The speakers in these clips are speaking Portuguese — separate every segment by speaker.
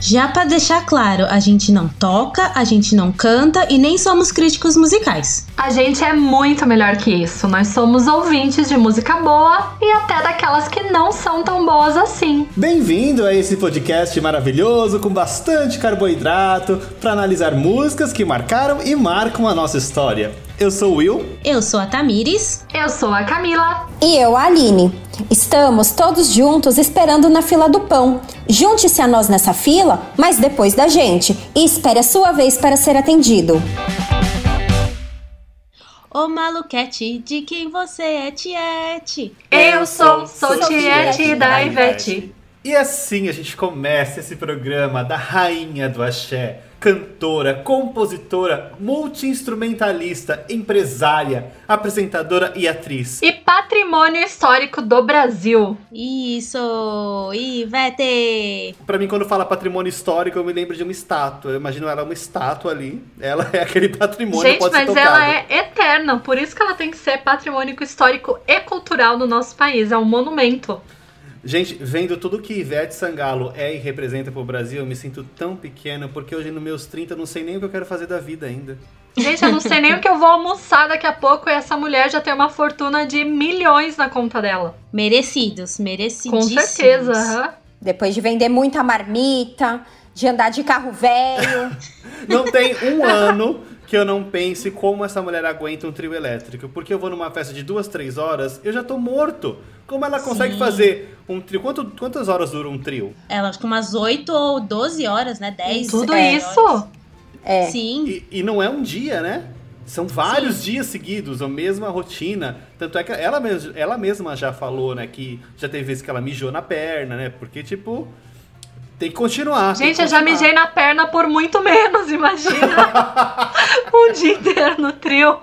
Speaker 1: Já para deixar claro, a gente não toca, a gente não canta e nem somos críticos musicais.
Speaker 2: A gente é muito melhor que isso. Nós somos ouvintes de música boa e até daquelas que não são tão boas assim.
Speaker 3: Bem-vindo a esse podcast maravilhoso com bastante carboidrato para analisar músicas que marcaram e marcam a nossa história. Eu sou o Will.
Speaker 1: Eu sou a Tamires.
Speaker 2: Eu sou a Camila.
Speaker 4: E eu, a Aline. Estamos todos juntos esperando na fila do pão. Junte-se a nós nessa fila, mas depois da gente. E espere a sua vez para ser atendido.
Speaker 1: Ô maluquete, de quem você é, Tiete?
Speaker 2: Eu sou, sou Tiete da Ivete.
Speaker 3: E assim a gente começa esse programa da rainha do axé, cantora, compositora, multiinstrumentalista, empresária, apresentadora e atriz.
Speaker 2: E patrimônio histórico do Brasil.
Speaker 1: Isso, Ivete!
Speaker 3: Pra mim, quando fala patrimônio histórico, eu me lembro de uma estátua. Eu imagino ela uma estátua ali. Ela é aquele patrimônio que
Speaker 2: Gente,
Speaker 3: pode
Speaker 2: mas
Speaker 3: ser tocado.
Speaker 2: ela é eterna, por isso que ela tem que ser patrimônio histórico e cultural do nosso país, é um monumento.
Speaker 3: Gente, vendo tudo que Ivete Sangalo é e representa pro Brasil, eu me sinto tão pequeno, porque hoje nos meus 30 eu não sei nem o que eu quero fazer da vida ainda.
Speaker 2: Gente, eu não sei nem o que eu vou almoçar daqui a pouco e essa mulher já tem uma fortuna de milhões na conta dela.
Speaker 1: Merecidos,
Speaker 2: Com
Speaker 1: merecidíssimos.
Speaker 2: certeza. aham.
Speaker 4: Depois de vender muita marmita, de andar de carro velho.
Speaker 3: Não tem um ano que eu não pense como essa mulher aguenta um trio elétrico. Porque eu vou numa festa de duas, três horas, eu já tô morto. Como ela consegue
Speaker 1: Sim.
Speaker 3: fazer um trio? Quanto- quantas horas dura um trio?
Speaker 1: Ela com umas 8 ou 12 horas, né? 10
Speaker 2: Tudo
Speaker 1: é,
Speaker 2: isso?
Speaker 1: horas.
Speaker 4: É.
Speaker 1: Sim.
Speaker 3: E, e não é um dia, né? São vários dias seguidos, a mesma rotina. Tanto é que ela, mes- ela mesma já falou, né, que já teve vezes que ela mijou na perna, né? Porque, tipo, tem que continuar. tem
Speaker 2: Gente,
Speaker 3: que
Speaker 2: eu já
Speaker 3: continuar.
Speaker 2: mijei na perna por muito menos, imagina. um dia inteiro no trio.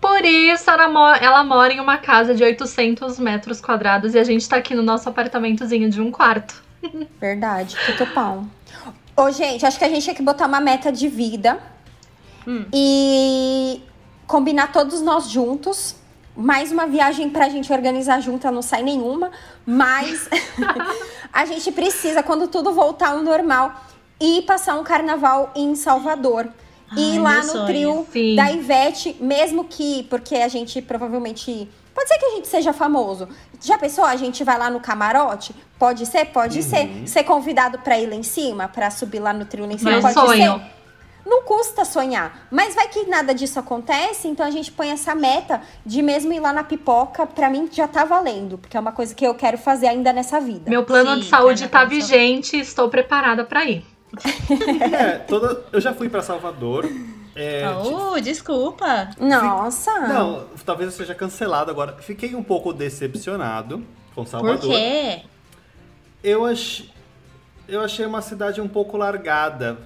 Speaker 2: Por isso, ela, mo- ela mora em uma casa de 800 metros quadrados e a gente tá aqui no nosso apartamentozinho de um quarto.
Speaker 4: Verdade, tudo pau. Ô, gente, acho que a gente tinha que botar uma meta de vida
Speaker 1: Hum.
Speaker 4: e combinar todos nós juntos. Mais uma viagem pra gente organizar junta, não sai nenhuma, mas a gente precisa, quando tudo voltar ao normal, ir passar um carnaval em Salvador.
Speaker 1: Ai,
Speaker 4: ir lá
Speaker 1: meu
Speaker 4: no
Speaker 1: sonho.
Speaker 4: trio
Speaker 2: Sim.
Speaker 4: da Ivete, mesmo que, porque a gente provavelmente. Pode ser que a gente seja famoso. Já pensou? A gente vai lá no camarote? Pode ser? Pode
Speaker 3: Uhum.
Speaker 4: ser. Ser convidado pra ir lá em cima, pra subir lá no trio lá em cima?
Speaker 2: Meu
Speaker 4: pode
Speaker 2: sonho.
Speaker 4: ser. Não custa sonhar. Mas vai que nada disso acontece, então a gente põe essa meta de mesmo ir lá na pipoca, pra mim já tá valendo, porque é uma coisa que eu quero fazer ainda nessa vida.
Speaker 2: Meu plano
Speaker 1: Sim,
Speaker 2: de saúde tá
Speaker 1: carnaval,
Speaker 2: vigente e estou preparada pra ir.
Speaker 3: É, toda... Eu já fui pra Salvador. É,
Speaker 1: Oh, desculpa.
Speaker 4: Nossa!
Speaker 3: Não, talvez eu seja cancelado agora. Fiquei um pouco decepcionado com Salvador.
Speaker 1: Por quê?
Speaker 3: Eu, ach... eu achei uma cidade um pouco largada,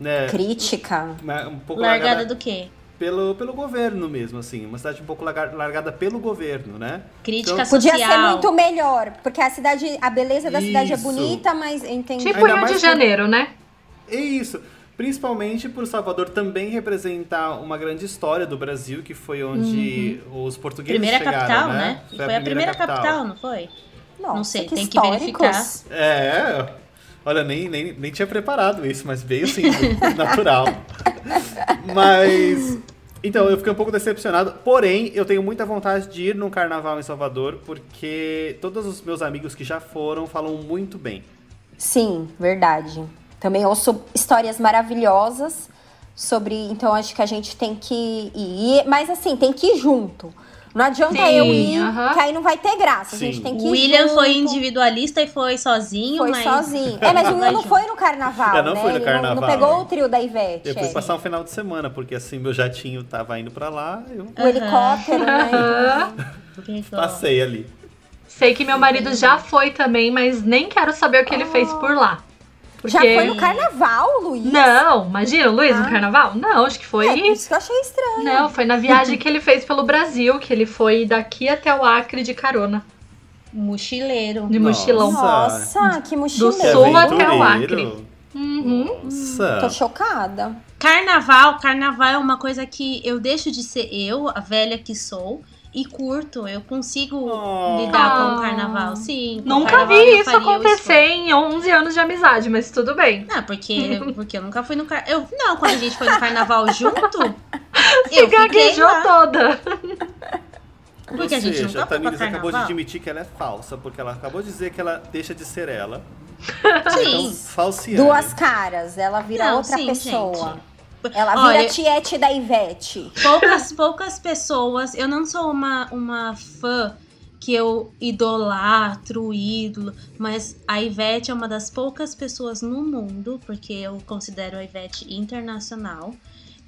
Speaker 3: né?
Speaker 4: Crítica.
Speaker 3: Uma- Um pouco largada,
Speaker 1: Largada do quê?
Speaker 3: pelo, pelo governo mesmo, assim. Uma cidade um pouco larga- largada pelo governo, né?
Speaker 1: Crítica
Speaker 3: Então,
Speaker 1: social.
Speaker 4: Podia ser muito melhor, porque a cidade, a beleza da cidade é
Speaker 3: Isso.
Speaker 4: bonita, mas entendi.
Speaker 2: Tipo
Speaker 3: Ainda
Speaker 2: Rio de
Speaker 3: mais que-
Speaker 2: Janeiro, né?
Speaker 3: É isso. Principalmente por Salvador também representar uma grande história do Brasil, que foi onde os portugueses
Speaker 1: Uhum. Primeira
Speaker 3: chegaram,
Speaker 1: capital,
Speaker 3: né?
Speaker 1: né? Foi, a primeira capital. não foi?
Speaker 4: Nossa,
Speaker 1: não sei,
Speaker 4: que
Speaker 1: tem que
Speaker 4: históricos.
Speaker 3: É, olha, nem, nem, nem tinha preparado isso, mas veio assim, do- natural. Mas. Então, eu fiquei um pouco decepcionado. Porém, eu tenho muita vontade de ir num carnaval em Salvador, porque todos os meus amigos que já foram falam muito bem.
Speaker 4: Sim, verdade. Também ouço histórias maravilhosas sobre. Então acho que a gente tem que ir. Mas assim, tem que ir junto. Não adianta
Speaker 2: Sim,
Speaker 4: eu ir,
Speaker 2: aham.
Speaker 4: que aí não vai ter graça. A
Speaker 3: Sim.
Speaker 4: gente tem que
Speaker 1: O
Speaker 4: ir
Speaker 1: William
Speaker 4: junto.
Speaker 1: foi individualista e foi sozinho,
Speaker 4: Foi
Speaker 1: mas.
Speaker 4: sozinho. É, mas o Will
Speaker 1: Vai
Speaker 4: não
Speaker 1: junto.
Speaker 4: foi no carnaval.
Speaker 3: Eu É, não
Speaker 4: né?
Speaker 3: fui no
Speaker 4: Ele Não,
Speaker 3: carnaval,
Speaker 4: pegou
Speaker 3: né?
Speaker 4: o trio da Ivete.
Speaker 3: Eu fui
Speaker 4: é.
Speaker 3: passar um final de semana, porque assim, meu jatinho tava indo pra lá, eu
Speaker 4: O helicóptero, né?
Speaker 1: Que dó.
Speaker 3: passei ali.
Speaker 2: Sei que meu marido já foi também, mas nem quero saber o que ele fez por lá.
Speaker 4: Ah. Já
Speaker 2: Porque-
Speaker 4: foi no carnaval, Luiz?
Speaker 2: Não, imagina, o Luiz no
Speaker 4: Ah.
Speaker 2: carnaval? Não, acho que foi.
Speaker 4: É, por isso que eu achei estranho.
Speaker 2: Não, foi na viagem que ele fez pelo Brasil, que ele foi daqui até o Acre de carona,
Speaker 1: Mochileiro.
Speaker 2: de
Speaker 3: Nossa.
Speaker 2: mochilão.
Speaker 4: Nossa, que mochileiro.
Speaker 3: Que
Speaker 2: Sul até o
Speaker 3: aventureiro.
Speaker 2: Uhum.
Speaker 4: Tô
Speaker 3: Nossa.
Speaker 4: chocada.
Speaker 1: Carnaval, carnaval é uma coisa que eu deixo de ser eu, a velha que sou, e curto. Eu consigo
Speaker 3: Oh.
Speaker 1: lidar com o
Speaker 2: Ah.
Speaker 1: carnaval, sim. com o
Speaker 2: Nunca
Speaker 1: carnaval
Speaker 2: vi
Speaker 1: eu
Speaker 2: isso
Speaker 1: faria o
Speaker 2: acontecer em 11 anos de amizade, mas tudo bem.
Speaker 1: Não, porque, porque eu nunca fui no carnaval. Não, quando a gente foi no carnaval junto,
Speaker 2: Se
Speaker 1: eu fiquei
Speaker 2: gaguejou
Speaker 1: lá. É,
Speaker 2: toda.
Speaker 1: Porque
Speaker 3: Ou
Speaker 1: a gente
Speaker 3: seja,
Speaker 1: nunca
Speaker 3: a
Speaker 1: foi pra
Speaker 3: Tamiris acabou de
Speaker 1: carnaval.
Speaker 3: admitir que ela é falsa, porque ela acabou de dizer que ela deixa de ser ela. Então,
Speaker 1: Sim.
Speaker 3: falseando.
Speaker 4: Duas caras, ela vira
Speaker 1: Não,
Speaker 4: outra
Speaker 1: sim,
Speaker 4: pessoa.
Speaker 1: gente.
Speaker 4: Ela vira
Speaker 1: Olha,
Speaker 4: tiete da Ivete.
Speaker 1: poucas, poucas pessoas. Eu não sou uma, uma fã que eu idolatro, ídolo, mas a Ivete é uma das poucas pessoas no mundo, porque eu considero a Ivete internacional,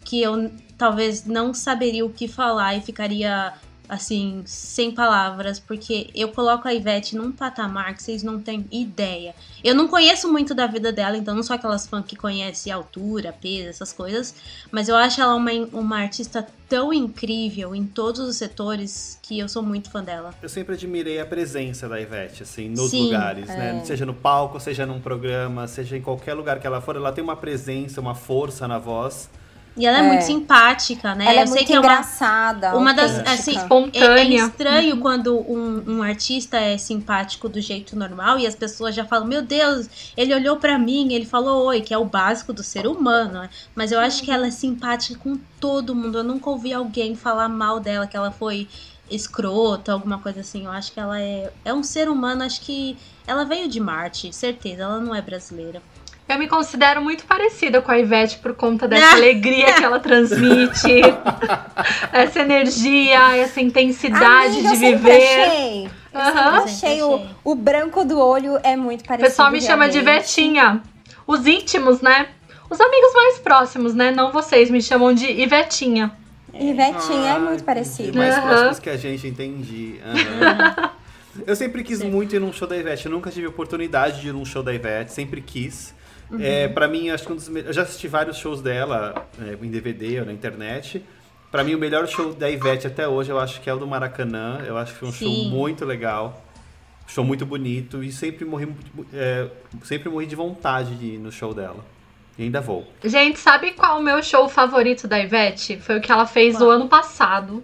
Speaker 1: que eu n- talvez não saberia o que falar e ficaria assim, sem palavras, porque eu coloco a Ivete num patamar que vocês não têm ideia. Eu não conheço muito da vida dela, então não sou aquelas fãs que conhecem altura, peso, essas coisas, mas eu acho ela uma, uma artista tão incrível em todos os setores que eu sou muito fã dela.
Speaker 3: Eu sempre admirei a presença da Ivete, assim, nos
Speaker 1: Sim, é.
Speaker 3: lugares, né? Seja no palco, seja num programa, seja em qualquer lugar que ela for, ela tem uma presença, uma força na voz.
Speaker 1: E ela é,
Speaker 4: É.
Speaker 1: muito simpática, né?
Speaker 4: ela é
Speaker 1: eu sei
Speaker 4: muito
Speaker 1: que é uma.
Speaker 4: engraçada.
Speaker 1: uma das-
Speaker 4: autêntica.
Speaker 1: assim, É, é
Speaker 2: Espontânea. Uhum.
Speaker 1: estranho quando um, um artista é simpático do jeito normal e as pessoas já falam: Meu Deus, ele olhou pra mim, ele falou oi, que é o básico do ser humano. né? Mas eu acho que ela é simpática com todo mundo. Eu nunca ouvi alguém falar mal dela, que ela foi escrota, alguma coisa assim. Eu acho que ela é, é um ser humano, acho que ela veio de Marte, certeza. Ela não é brasileira.
Speaker 2: Eu me considero muito parecida com a Ivete por conta dessa
Speaker 1: Ah.
Speaker 2: alegria que ela transmite, essa energia, essa intensidade
Speaker 4: Amiga, eu
Speaker 2: de
Speaker 4: sempre
Speaker 2: viver.
Speaker 4: achei. Eu
Speaker 2: Aham.
Speaker 1: Sempre
Speaker 4: sempre achei o,
Speaker 1: achei.
Speaker 4: o branco do olho é muito
Speaker 2: O
Speaker 4: parecido.
Speaker 2: pessoal me chama de
Speaker 4: realmente.
Speaker 2: Vetinha. Os íntimos, né? Os amigos mais próximos, né? Não vocês, me chamam de Ivetinha.
Speaker 4: Ivetinha é
Speaker 3: Ah,
Speaker 4: muito
Speaker 3: entendi.
Speaker 4: parecido.
Speaker 3: Mais
Speaker 2: Aham.
Speaker 3: próximos que a gente, entendi. Aham. Eu sempre quis muito ir num show da Ivete. Eu nunca tive oportunidade de ir num show da Ivete, sempre quis.
Speaker 4: Uhum.
Speaker 3: É, para mim, acho que um dos me... Eu já assisti vários shows dela é, em DVD ou na internet. Pra mim, o melhor show da Ivete até hoje, eu acho que é o do Maracanã. Eu acho que foi um show
Speaker 1: Sim.
Speaker 3: muito legal. Show muito bonito. E sempre morri, muito- é, sempre morri de vontade de ir no show dela. E ainda vou.
Speaker 2: Gente, sabe qual o meu show favorito da Ivete? Foi o que ela fez o
Speaker 1: Qual?
Speaker 2: ano passado,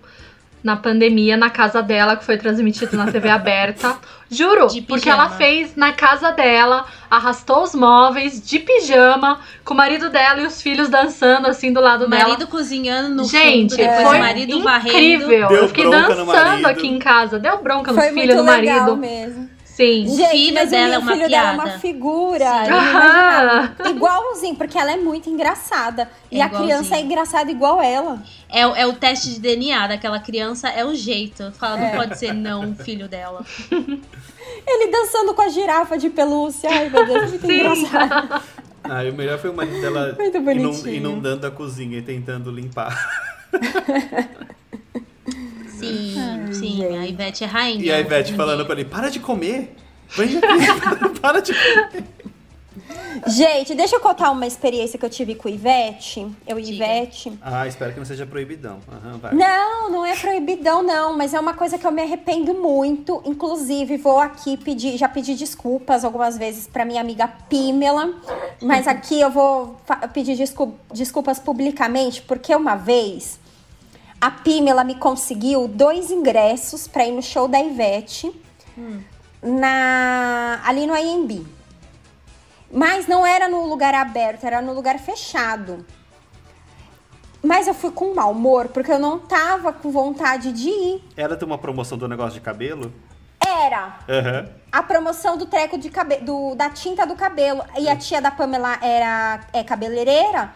Speaker 2: na pandemia, na casa dela, que foi transmitido na TV aberta. Juro,
Speaker 1: De
Speaker 2: porque ela
Speaker 1: pijama.
Speaker 2: fez na casa dela, arrastou os móveis de pijama, com o marido dela e os filhos dançando assim do lado
Speaker 1: O
Speaker 2: dela.
Speaker 1: marido cozinhando no
Speaker 2: Gente,
Speaker 1: fundo, depois
Speaker 2: foi
Speaker 1: o marido varrendo.
Speaker 2: incrível.
Speaker 3: Deu
Speaker 2: Eu fiquei
Speaker 3: bronca no
Speaker 2: dançando
Speaker 3: marido.
Speaker 2: aqui em casa. Deu bronca no
Speaker 4: Foi
Speaker 2: filho
Speaker 4: muito
Speaker 2: do
Speaker 4: legal
Speaker 2: marido.
Speaker 4: mesmo.
Speaker 2: Sim.
Speaker 1: O filho
Speaker 4: mas o
Speaker 1: dela
Speaker 4: meu
Speaker 1: é uma
Speaker 4: filho dela é uma
Speaker 1: piada.
Speaker 4: figura. eu não imaginava.
Speaker 2: Aham.
Speaker 4: Igualzinho, porque ela é muito engraçada.
Speaker 1: É
Speaker 4: e a
Speaker 1: igualzinho.
Speaker 4: criança é engraçada igual ela.
Speaker 1: É, o- é o teste de DNA daquela criança, é o jeito. Fala, não
Speaker 4: É.
Speaker 1: pode ser não, filho dela.
Speaker 4: Ele dançando com a girafa de pelúcia. Ai, meu Deus, é muito
Speaker 2: Sim.
Speaker 4: engraçado.
Speaker 3: Ah, e o melhor foi o marido dela
Speaker 4: Muito
Speaker 3: inun-
Speaker 4: bonitinho.
Speaker 3: inundando a cozinha e tentando limpar.
Speaker 1: Sim,
Speaker 4: Ai,
Speaker 1: sim.
Speaker 4: Ah, gente.
Speaker 1: A Ivete é rainha.
Speaker 3: E a Ivete falando pra ele, para de comer! Vem aqui, para de comer!
Speaker 4: Gente, deixa eu contar uma experiência que eu tive com o Ivete. Eu e
Speaker 1: Diga.
Speaker 4: Ivete.
Speaker 3: Ah, espero que não seja proibidão. Aham, vai.
Speaker 4: Não, não é proibidão, não, mas é uma coisa que eu me arrependo muito. Inclusive, vou aqui pedir, já pedi desculpas algumas vezes pra minha amiga Pímela, mas aqui eu vou fa- pedir descu- desculpas publicamente, porque uma vez a Pímela me conseguiu dois ingressos pra ir no show da Ivete na, ali no AMB. Mas não era no lugar aberto, era no lugar fechado. Mas eu fui com mau humor, porque eu não tava com vontade de ir.
Speaker 3: Ela tem uma promoção do negócio de cabelo?
Speaker 4: Era
Speaker 3: Aham.
Speaker 4: a promoção do treco de cabelo, da tinta do cabelo. E a tia da Pamela era é, cabeleireira,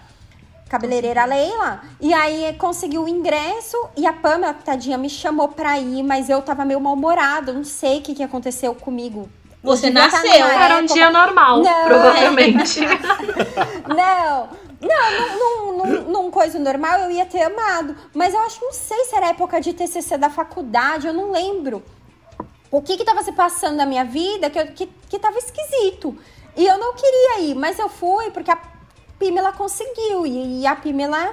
Speaker 4: cabeleireira Leila. E aí conseguiu o ingresso e a Pamela, tadinha, me chamou pra ir, mas eu tava meio mal-humorada, não sei o que, que aconteceu comigo. Eu
Speaker 1: Você
Speaker 4: devia tá
Speaker 1: nasceu.
Speaker 4: numa
Speaker 2: Era um
Speaker 4: época-
Speaker 2: dia normal,
Speaker 4: Não.
Speaker 2: provavelmente.
Speaker 4: Não, não, num, num, num- num coisa normal eu ia ter amado. Mas eu acho, não sei se era época de TCC da faculdade, eu não lembro. O que que tava se passando na minha vida que, eu- que, que tava esquisito. E eu não queria ir, mas eu fui porque a Pimela conseguiu. E, e a Pimela,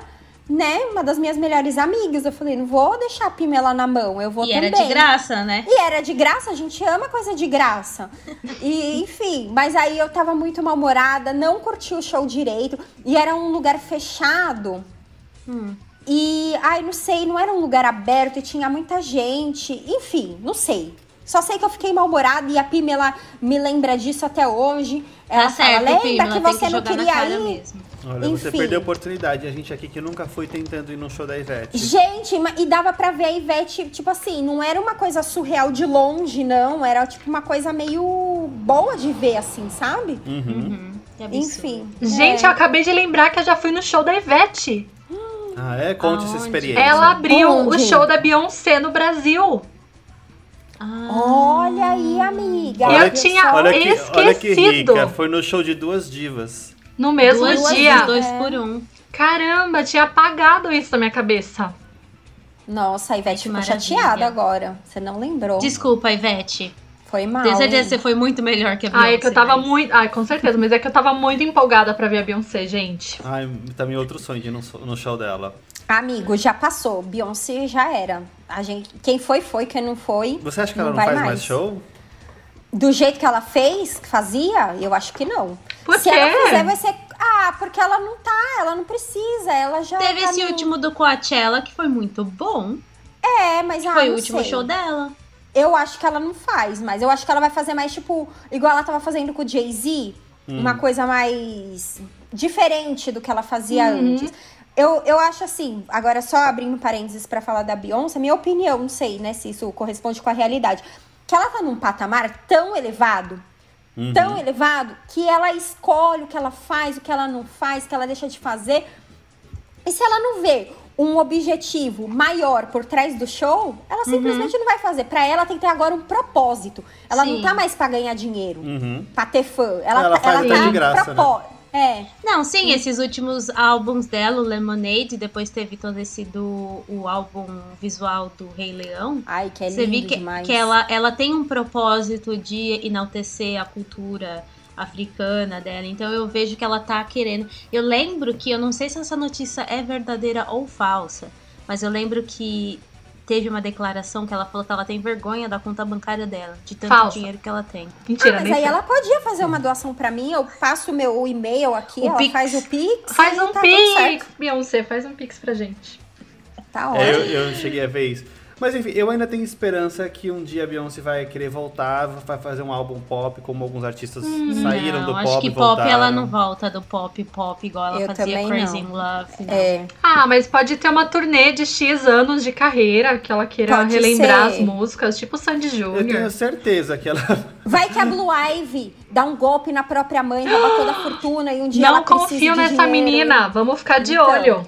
Speaker 4: né, uma das minhas melhores amigas. Eu falei, não vou deixar a Pimela na mão, eu vou
Speaker 1: E
Speaker 4: também.
Speaker 1: era de graça, né?
Speaker 4: E era de graça, a gente ama coisa de graça. E, enfim, mas aí eu tava muito
Speaker 1: Hum.
Speaker 4: mal-humorada, não curti o show direito. E era um lugar fechado. E E, ai, não sei, não era um lugar aberto e tinha muita gente. Enfim, não sei. Só sei que eu fiquei mal-humorada e a Pimela me lembra disso até hoje. Ela
Speaker 1: tá certo,
Speaker 4: fala,
Speaker 1: Pima,
Speaker 4: lembra que
Speaker 1: tem
Speaker 4: você não
Speaker 1: jogar na
Speaker 4: queria
Speaker 1: cara
Speaker 4: ir?
Speaker 1: mesmo.
Speaker 3: Olha, você
Speaker 4: Enfim.
Speaker 3: perdeu a oportunidade. A gente aqui que nunca foi tentando ir no show da Ivete.
Speaker 4: Gente, ma- e dava pra ver a Ivete, tipo assim, não era uma coisa surreal de longe, não. Era tipo uma coisa meio boa de ver, assim, sabe?
Speaker 3: Uhum.
Speaker 1: Uhum, que absurdo.
Speaker 4: Enfim.
Speaker 2: Gente,
Speaker 4: é.
Speaker 2: eu acabei de lembrar que eu já fui no show da Ivete.
Speaker 3: Ah, é? Conte essa
Speaker 1: Aonde?
Speaker 3: experiência.
Speaker 2: Ela abriu o
Speaker 4: Onde?
Speaker 2: show da Beyoncé no Brasil.
Speaker 1: Ah,
Speaker 4: Olha aí, amiga.
Speaker 2: Olha
Speaker 4: viu
Speaker 2: que- tinha-
Speaker 4: só?
Speaker 1: um-
Speaker 3: olha que, olha que
Speaker 2: esquecido.
Speaker 3: rica. Foi no show de duas divas.
Speaker 2: No mesmo
Speaker 1: duas vezes,
Speaker 2: dia.
Speaker 1: dois
Speaker 4: É.
Speaker 1: por um.
Speaker 2: Caramba, tinha apagado isso da minha cabeça.
Speaker 4: Nossa, a Ivete
Speaker 1: Que
Speaker 4: ficou
Speaker 1: maravilha.
Speaker 4: chateada agora. Você não lembrou.
Speaker 1: Desculpa, Ivete.
Speaker 4: Foi mal.
Speaker 1: Tenho certeza que você
Speaker 4: hein?
Speaker 1: foi muito melhor que a Beyoncé.
Speaker 2: Ai, é que eu tava
Speaker 1: mas-
Speaker 2: muito. Ai, com certeza, mas é que eu tava muito empolgada pra ver a Beyoncé, gente.
Speaker 3: Ai, também outro sonho de ir no, so- no show dela.
Speaker 4: Amigo, já passou. Beyoncé já era. A gente, quem foi, foi. Quem não foi.
Speaker 3: Você acha que ela
Speaker 4: Não
Speaker 3: não,
Speaker 4: vai
Speaker 3: faz
Speaker 4: mais.
Speaker 3: mais, show?
Speaker 4: Do jeito que ela fez, que fazia, eu acho que não.
Speaker 2: Por
Speaker 4: Se ela
Speaker 2: quê?
Speaker 4: fizer, vai ser. Ah, porque ela não tá, ela não precisa, ela já.
Speaker 1: Teve
Speaker 4: tá
Speaker 1: esse
Speaker 4: no-
Speaker 1: último do Coachella, que foi muito bom.
Speaker 4: É, mas ah,
Speaker 1: foi o
Speaker 4: não
Speaker 1: último
Speaker 4: sei.
Speaker 1: show dela.
Speaker 4: Eu acho que ela não faz, mas eu acho que ela vai fazer mais, tipo, igual ela tava fazendo com o Jay-Z,
Speaker 3: Hum.
Speaker 4: uma coisa mais diferente do que ela fazia
Speaker 2: Uhum.
Speaker 4: antes. Eu, eu acho assim, agora só abrindo parênteses pra falar da Beyoncé, minha opinião, não sei, né, se isso corresponde com a realidade, que ela tá num patamar tão elevado,
Speaker 3: Uhum.
Speaker 4: tão elevado, que ela escolhe o que ela faz, o que ela não faz, o que ela deixa de fazer. E se ela não vê um objetivo maior por trás do show, ela simplesmente não vai fazer. Pra ela tem que ter agora um propósito. Ela
Speaker 1: Sim.
Speaker 4: não tá mais pra ganhar dinheiro,
Speaker 3: Uhum.
Speaker 4: pra ter fã. Ela,
Speaker 3: Ela
Speaker 4: tá- ela
Speaker 3: faz
Speaker 4: tá
Speaker 3: até de graça,
Speaker 4: propó- É.
Speaker 1: Não, sim, esses últimos álbuns dela, o Lemonade, depois teve todo esse do o álbum visual do Rei Leão.
Speaker 4: Ai, que é lindo
Speaker 1: Você viu que,
Speaker 4: demais.
Speaker 1: que ela, ela tem um propósito de enaltecer a cultura africana dela. Então eu vejo que ela tá querendo. Eu lembro que, eu não sei se essa notícia é verdadeira ou falsa, mas eu lembro que teve uma declaração que ela falou que ela tem vergonha da conta bancária dela, de tanto
Speaker 2: Falsa.
Speaker 1: dinheiro que ela tem.
Speaker 2: Mentira,
Speaker 4: Ah, Mas
Speaker 2: nem
Speaker 4: aí
Speaker 2: sei.
Speaker 4: ela podia fazer uma doação pra mim, eu passo o meu e-mail aqui,
Speaker 1: O
Speaker 4: ela
Speaker 1: Pix.
Speaker 4: faz o Pix.
Speaker 2: Faz
Speaker 4: e
Speaker 2: um
Speaker 4: tá tudo certo.
Speaker 2: pix, Beyoncé, faz um pix pra gente.
Speaker 4: Tá ótimo.
Speaker 3: É, eu, eu cheguei a ver isso. Mas enfim, eu ainda tenho esperança que um dia a Beyoncé vai querer voltar, vai fazer um álbum pop, como alguns artistas
Speaker 1: Uhum. Hum,
Speaker 3: saíram
Speaker 1: não,
Speaker 3: do pop
Speaker 1: acho que
Speaker 3: e
Speaker 1: pop
Speaker 3: voltaram.
Speaker 1: ela não volta do pop pop igual ela
Speaker 4: Eu
Speaker 1: fazia
Speaker 4: também
Speaker 1: Crazy
Speaker 4: não.
Speaker 1: in Love. não.
Speaker 4: É.
Speaker 2: Ah, mas pode ter uma turnê de X anos de carreira que ela queira
Speaker 4: Pode
Speaker 2: relembrar
Speaker 4: ser.
Speaker 2: as músicas, tipo Sandy
Speaker 3: Eu
Speaker 2: Júnior.
Speaker 3: tenho certeza que ela...
Speaker 4: Vai que a Blue Ivy dá um golpe na própria mãe, rouba toda a fortuna e um dia
Speaker 2: Não
Speaker 4: ela precisa
Speaker 2: confio
Speaker 4: de
Speaker 2: nessa
Speaker 4: dinheiro.
Speaker 2: menina, vamos ficar de
Speaker 4: Então.
Speaker 2: olho.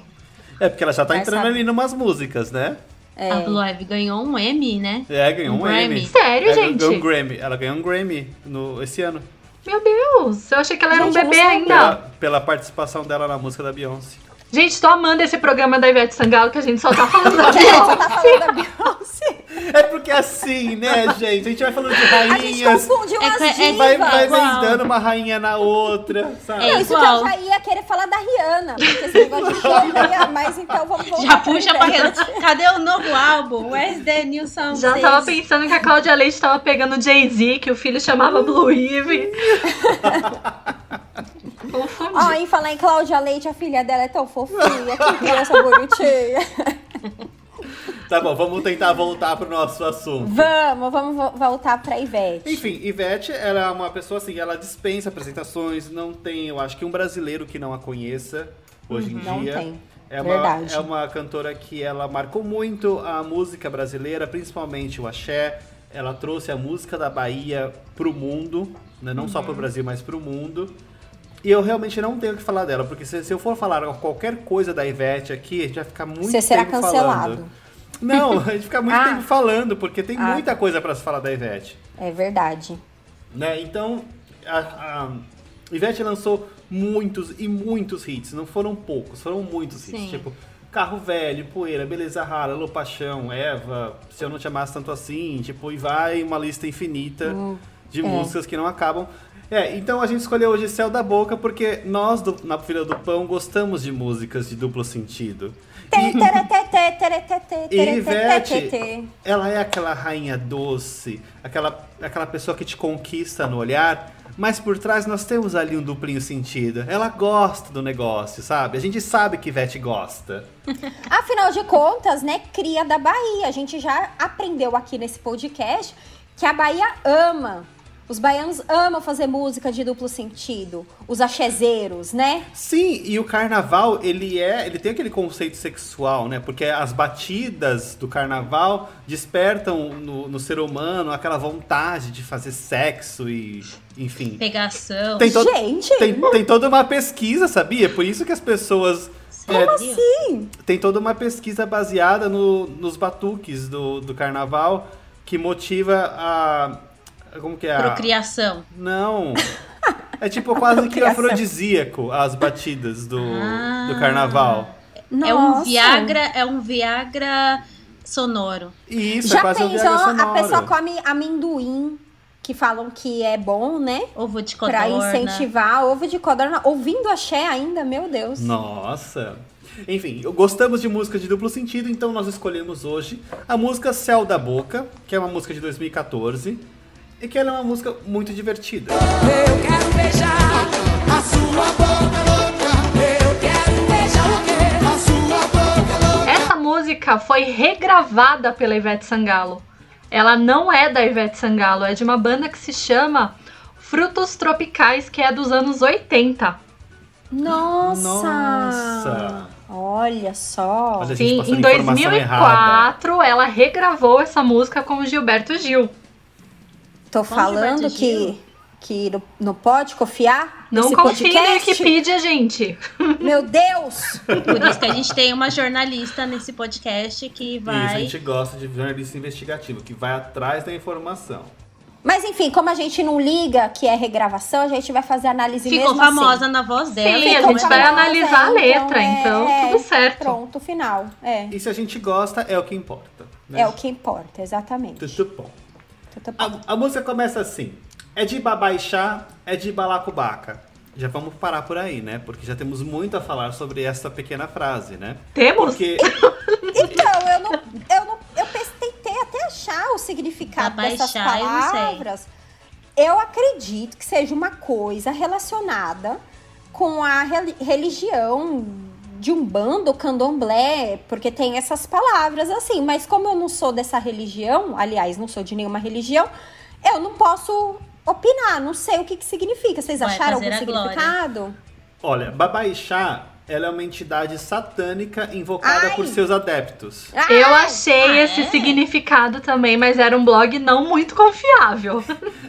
Speaker 3: É porque ela já tá
Speaker 4: Vai
Speaker 3: entrando
Speaker 4: saber.
Speaker 3: ali numas músicas, né?
Speaker 4: É,
Speaker 1: A Blue Ivy ganhou um M, né?
Speaker 3: É, ganhou
Speaker 1: Um
Speaker 3: um,
Speaker 1: Grammy.
Speaker 3: Emmy.
Speaker 2: Sério,
Speaker 3: É,
Speaker 2: gente?
Speaker 3: Ganhou um Grammy. Ela ganhou um Grammy no, esse ano.
Speaker 2: Meu Deus, eu achei que ela era um
Speaker 4: Gente, eu não
Speaker 2: bebê
Speaker 4: sabia.
Speaker 2: ainda.
Speaker 3: Pela, pela participação dela na música da Beyoncé.
Speaker 2: Gente, tô amando esse programa da Ivete Sangalo que a gente só tá falando da
Speaker 4: Que a gente só
Speaker 2: Beyoncé.
Speaker 4: tá falando da Beyoncé.
Speaker 3: É porque é assim, né, gente? A gente vai falando de
Speaker 4: A gente tá
Speaker 3: rainhas,
Speaker 4: confundiu
Speaker 1: É
Speaker 4: as
Speaker 1: que- é que-
Speaker 4: divas.
Speaker 3: vai, vai
Speaker 1: Igual.
Speaker 3: vendando uma rainha na outra, sabe?
Speaker 1: É
Speaker 4: Não, isso que
Speaker 1: igual.
Speaker 4: eu já ia querer falar da Rihanna, porque esse negócio de show da Rihanna, mas então vamos voltar
Speaker 1: Já puxa pra
Speaker 4: Ivete.
Speaker 1: Cadê o novo álbum? Where's the new song?
Speaker 2: Já tava pensando que a Cláudia Leite tava pegando o Jay-Z, que o filho chamava Blue Ivy. Confundi.
Speaker 4: Ó, em falar em Cláudia Leite, a filha dela é tão fofinha, que criança bonitinha.
Speaker 3: Tá bom, vamos tentar voltar pro nosso assunto.
Speaker 4: Vamos, vamos vo- voltar pra Ivete.
Speaker 3: Enfim, Ivete, ela é uma pessoa assim, ela dispensa apresentações, não tem, eu acho que um brasileiro que não a conheça hoje em
Speaker 4: Uhum. Não
Speaker 3: dia.
Speaker 4: tem.
Speaker 3: É uma,
Speaker 4: Verdade.
Speaker 3: é uma cantora que ela marcou muito a música brasileira, principalmente o axé. Ela trouxe a música da Bahia pro mundo, né? não só
Speaker 4: Uhum.
Speaker 3: pro Brasil, mas pro mundo. E eu realmente não tenho o que falar dela, porque se, se eu for falar qualquer coisa da Ivete aqui, a gente vai ficar muito
Speaker 4: Você será
Speaker 3: tempo
Speaker 4: cancelado.
Speaker 3: um falando. Não, a gente fica muito
Speaker 4: Ah.
Speaker 3: tempo falando, porque tem
Speaker 4: Ah.
Speaker 3: muita coisa pra se falar da Ivete
Speaker 4: É verdade.
Speaker 3: né? Então, a, a Ivete lançou muitos e muitos hits, não foram poucos, foram muitos hits.
Speaker 1: Sim.
Speaker 3: Tipo, Carro Velho, Poeira, Beleza Rara, Lô Paixão, Eva, Se Eu
Speaker 4: é.
Speaker 3: Não Te Amasse Tanto Assim, tipo, e vai uma lista infinita de músicas que não acabam. É, então a gente escolheu hoje Céu da Boca porque nós, do- na Filha do Pão, gostamos de músicas de duplo sentido.
Speaker 4: Tê, tê, tê, tê, tê, tê, tê,
Speaker 3: E
Speaker 4: tê, tê, tê, tê.
Speaker 3: Ivete, ela é aquela rainha doce, aquela, aquela pessoa que te conquista no olhar, mas por trás nós temos ali um duplinho sentido. Ela gosta do negócio, sabe? A gente sabe que Ivete gosta.
Speaker 4: Afinal de contas, né, cria da Bahia. A gente já aprendeu aqui nesse podcast que a Bahia ama. Os baianos amam fazer música de duplo sentido. Os axezeiros, né?
Speaker 3: Sim, e o carnaval, ele é, ele tem aquele conceito sexual, né? Porque as batidas do carnaval despertam no, no ser humano aquela vontade de fazer sexo e, enfim.
Speaker 1: Pegação.
Speaker 3: Tem todo-
Speaker 4: Gente,
Speaker 3: Tem, tem toda uma pesquisa, sabia? Por isso que as pessoas. é,
Speaker 2: assim?
Speaker 3: Tem toda uma pesquisa baseada no- nos batuques do, do carnaval que motiva a. Como que é? A,
Speaker 1: Procriação.
Speaker 3: não. É tipo quase que
Speaker 4: Procriação.
Speaker 3: afrodisíaco as batidas do,
Speaker 1: Ah.
Speaker 3: do carnaval.
Speaker 1: É um
Speaker 4: nossa.
Speaker 1: Viagra, é um Viagra sonoro.
Speaker 3: E isso é
Speaker 4: Já
Speaker 3: quase um
Speaker 4: pensou,
Speaker 3: viagem sonoro.
Speaker 4: a pessoa come amendoim, que falam que é bom, né?
Speaker 1: Ovo de
Speaker 4: Pra
Speaker 1: codorna.
Speaker 4: incentivar ovo de codorna. Ouvindo axé ainda, meu Deus.
Speaker 3: Nossa. Enfim, gostamos de música de duplo sentido, então nós escolhemos hoje a música Céu da Boca, que é uma música de 2014 e que ela é uma música muito divertida.
Speaker 5: Eu quero beijar a sua boca louca. Eu quero beijar o quê? A sua boca louca.
Speaker 2: Essa música foi regravada pela Ivete Sangalo. Ela não é da Ivete Sangalo, é de uma banda que se chama Frutos Tropicais, que é dos anos 80.
Speaker 4: Nossa!
Speaker 3: Nossa.
Speaker 4: Olha só.
Speaker 3: Olha, a gente
Speaker 2: Sim,
Speaker 3: passando
Speaker 2: em
Speaker 3: informação errada.
Speaker 2: 2004 ela regravou essa música com o Gilberto Gil.
Speaker 4: Tô
Speaker 1: Vamos,
Speaker 4: falando
Speaker 1: Gilberto Gil.
Speaker 4: que, que não, não pode confiar
Speaker 2: Não
Speaker 4: nesse
Speaker 2: confie em
Speaker 4: podcast.
Speaker 2: Wikipedia, gente.
Speaker 4: Meu Deus!
Speaker 1: Por isso que a gente tem uma jornalista nesse podcast que
Speaker 3: Isso, a
Speaker 1: vai.
Speaker 3: gente gosta de jornalista investigativo, que vai atrás da informação.
Speaker 4: Mas enfim, como a gente não liga que é regravação, a gente vai fazer análise
Speaker 1: Ficou
Speaker 4: mesmo assim.
Speaker 1: famosa na voz dela.
Speaker 2: Sim, a
Speaker 4: ficou
Speaker 1: então
Speaker 2: gente vai
Speaker 1: é-
Speaker 4: famosa,
Speaker 2: analisar a
Speaker 4: então,
Speaker 2: letra,
Speaker 4: é,
Speaker 2: então,
Speaker 4: é.
Speaker 2: tudo
Speaker 4: assim.
Speaker 2: certo.
Speaker 4: Pronto, final. É.
Speaker 3: E se a gente gosta, é o que importa. Né?
Speaker 4: É o que importa, exatamente.
Speaker 3: Tudo bom.
Speaker 4: Tudo bom.
Speaker 3: A, a música começa assim. É de babaixá, é de balacobaca. Já vamos parar por aí, né? Porque já temos muito a falar sobre essa pequena frase, né?
Speaker 2: Temos?
Speaker 3: Porque
Speaker 4: Então, eu não. Eu, não, eu pes- tentei até achar o significado
Speaker 1: Pra
Speaker 4: dessas
Speaker 1: baixar, eu não sei.
Speaker 4: palavras. Eu acredito que seja uma coisa relacionada com a reli- religião de um bando candomblé, porque tem essas palavras assim, mas como eu não sou dessa religião, aliás, não sou de nenhuma religião, eu não posso opinar, não sei o que, que significa. Vocês
Speaker 1: Vai
Speaker 4: acharam
Speaker 1: fazer
Speaker 4: algum
Speaker 1: a glória.
Speaker 4: significado?
Speaker 3: Olha, Babaixá, ela é uma entidade satânica invocada
Speaker 4: Ai!
Speaker 3: por seus adeptos.
Speaker 2: Eu
Speaker 4: Ai,
Speaker 2: achei
Speaker 1: ah,
Speaker 2: esse
Speaker 1: é?
Speaker 2: significado também, mas era um blog não muito confiável.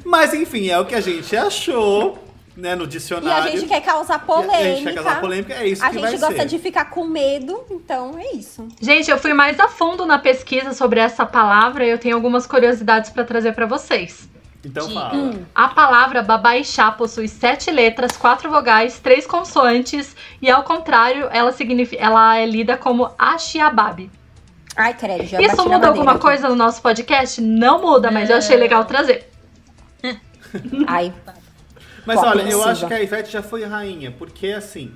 Speaker 3: Mas enfim, é o que a gente achou, né, no
Speaker 4: E a
Speaker 3: dicionário.
Speaker 4: gente quer causar
Speaker 3: E
Speaker 4: polêmica.
Speaker 3: A gente quer causar polêmica, é isso
Speaker 4: A
Speaker 3: que vai
Speaker 4: gente gosta
Speaker 3: ser.
Speaker 4: de ficar com medo, então é isso.
Speaker 2: Gente, eu fui mais a fundo na pesquisa sobre essa palavra e eu tenho algumas curiosidades pra trazer pra vocês.
Speaker 3: Então
Speaker 1: de-
Speaker 3: fala.
Speaker 4: Hum.
Speaker 2: A palavra babaixá possui sete letras, quatro vogais, três consoantes e, ao contrário, ela, signifi- ela é lida como axiababe.
Speaker 4: Ai, credo, já bati
Speaker 2: Isso
Speaker 4: na
Speaker 2: muda
Speaker 4: madeira
Speaker 2: alguma
Speaker 4: aqui.
Speaker 2: coisa no nosso podcast? Não muda, mas eu achei
Speaker 1: Não.
Speaker 2: legal trazer.
Speaker 4: Ai,
Speaker 3: Mas
Speaker 4: Qual a
Speaker 3: olha, eu
Speaker 4: ofensiva?
Speaker 3: acho que a Ivete já foi rainha, porque assim.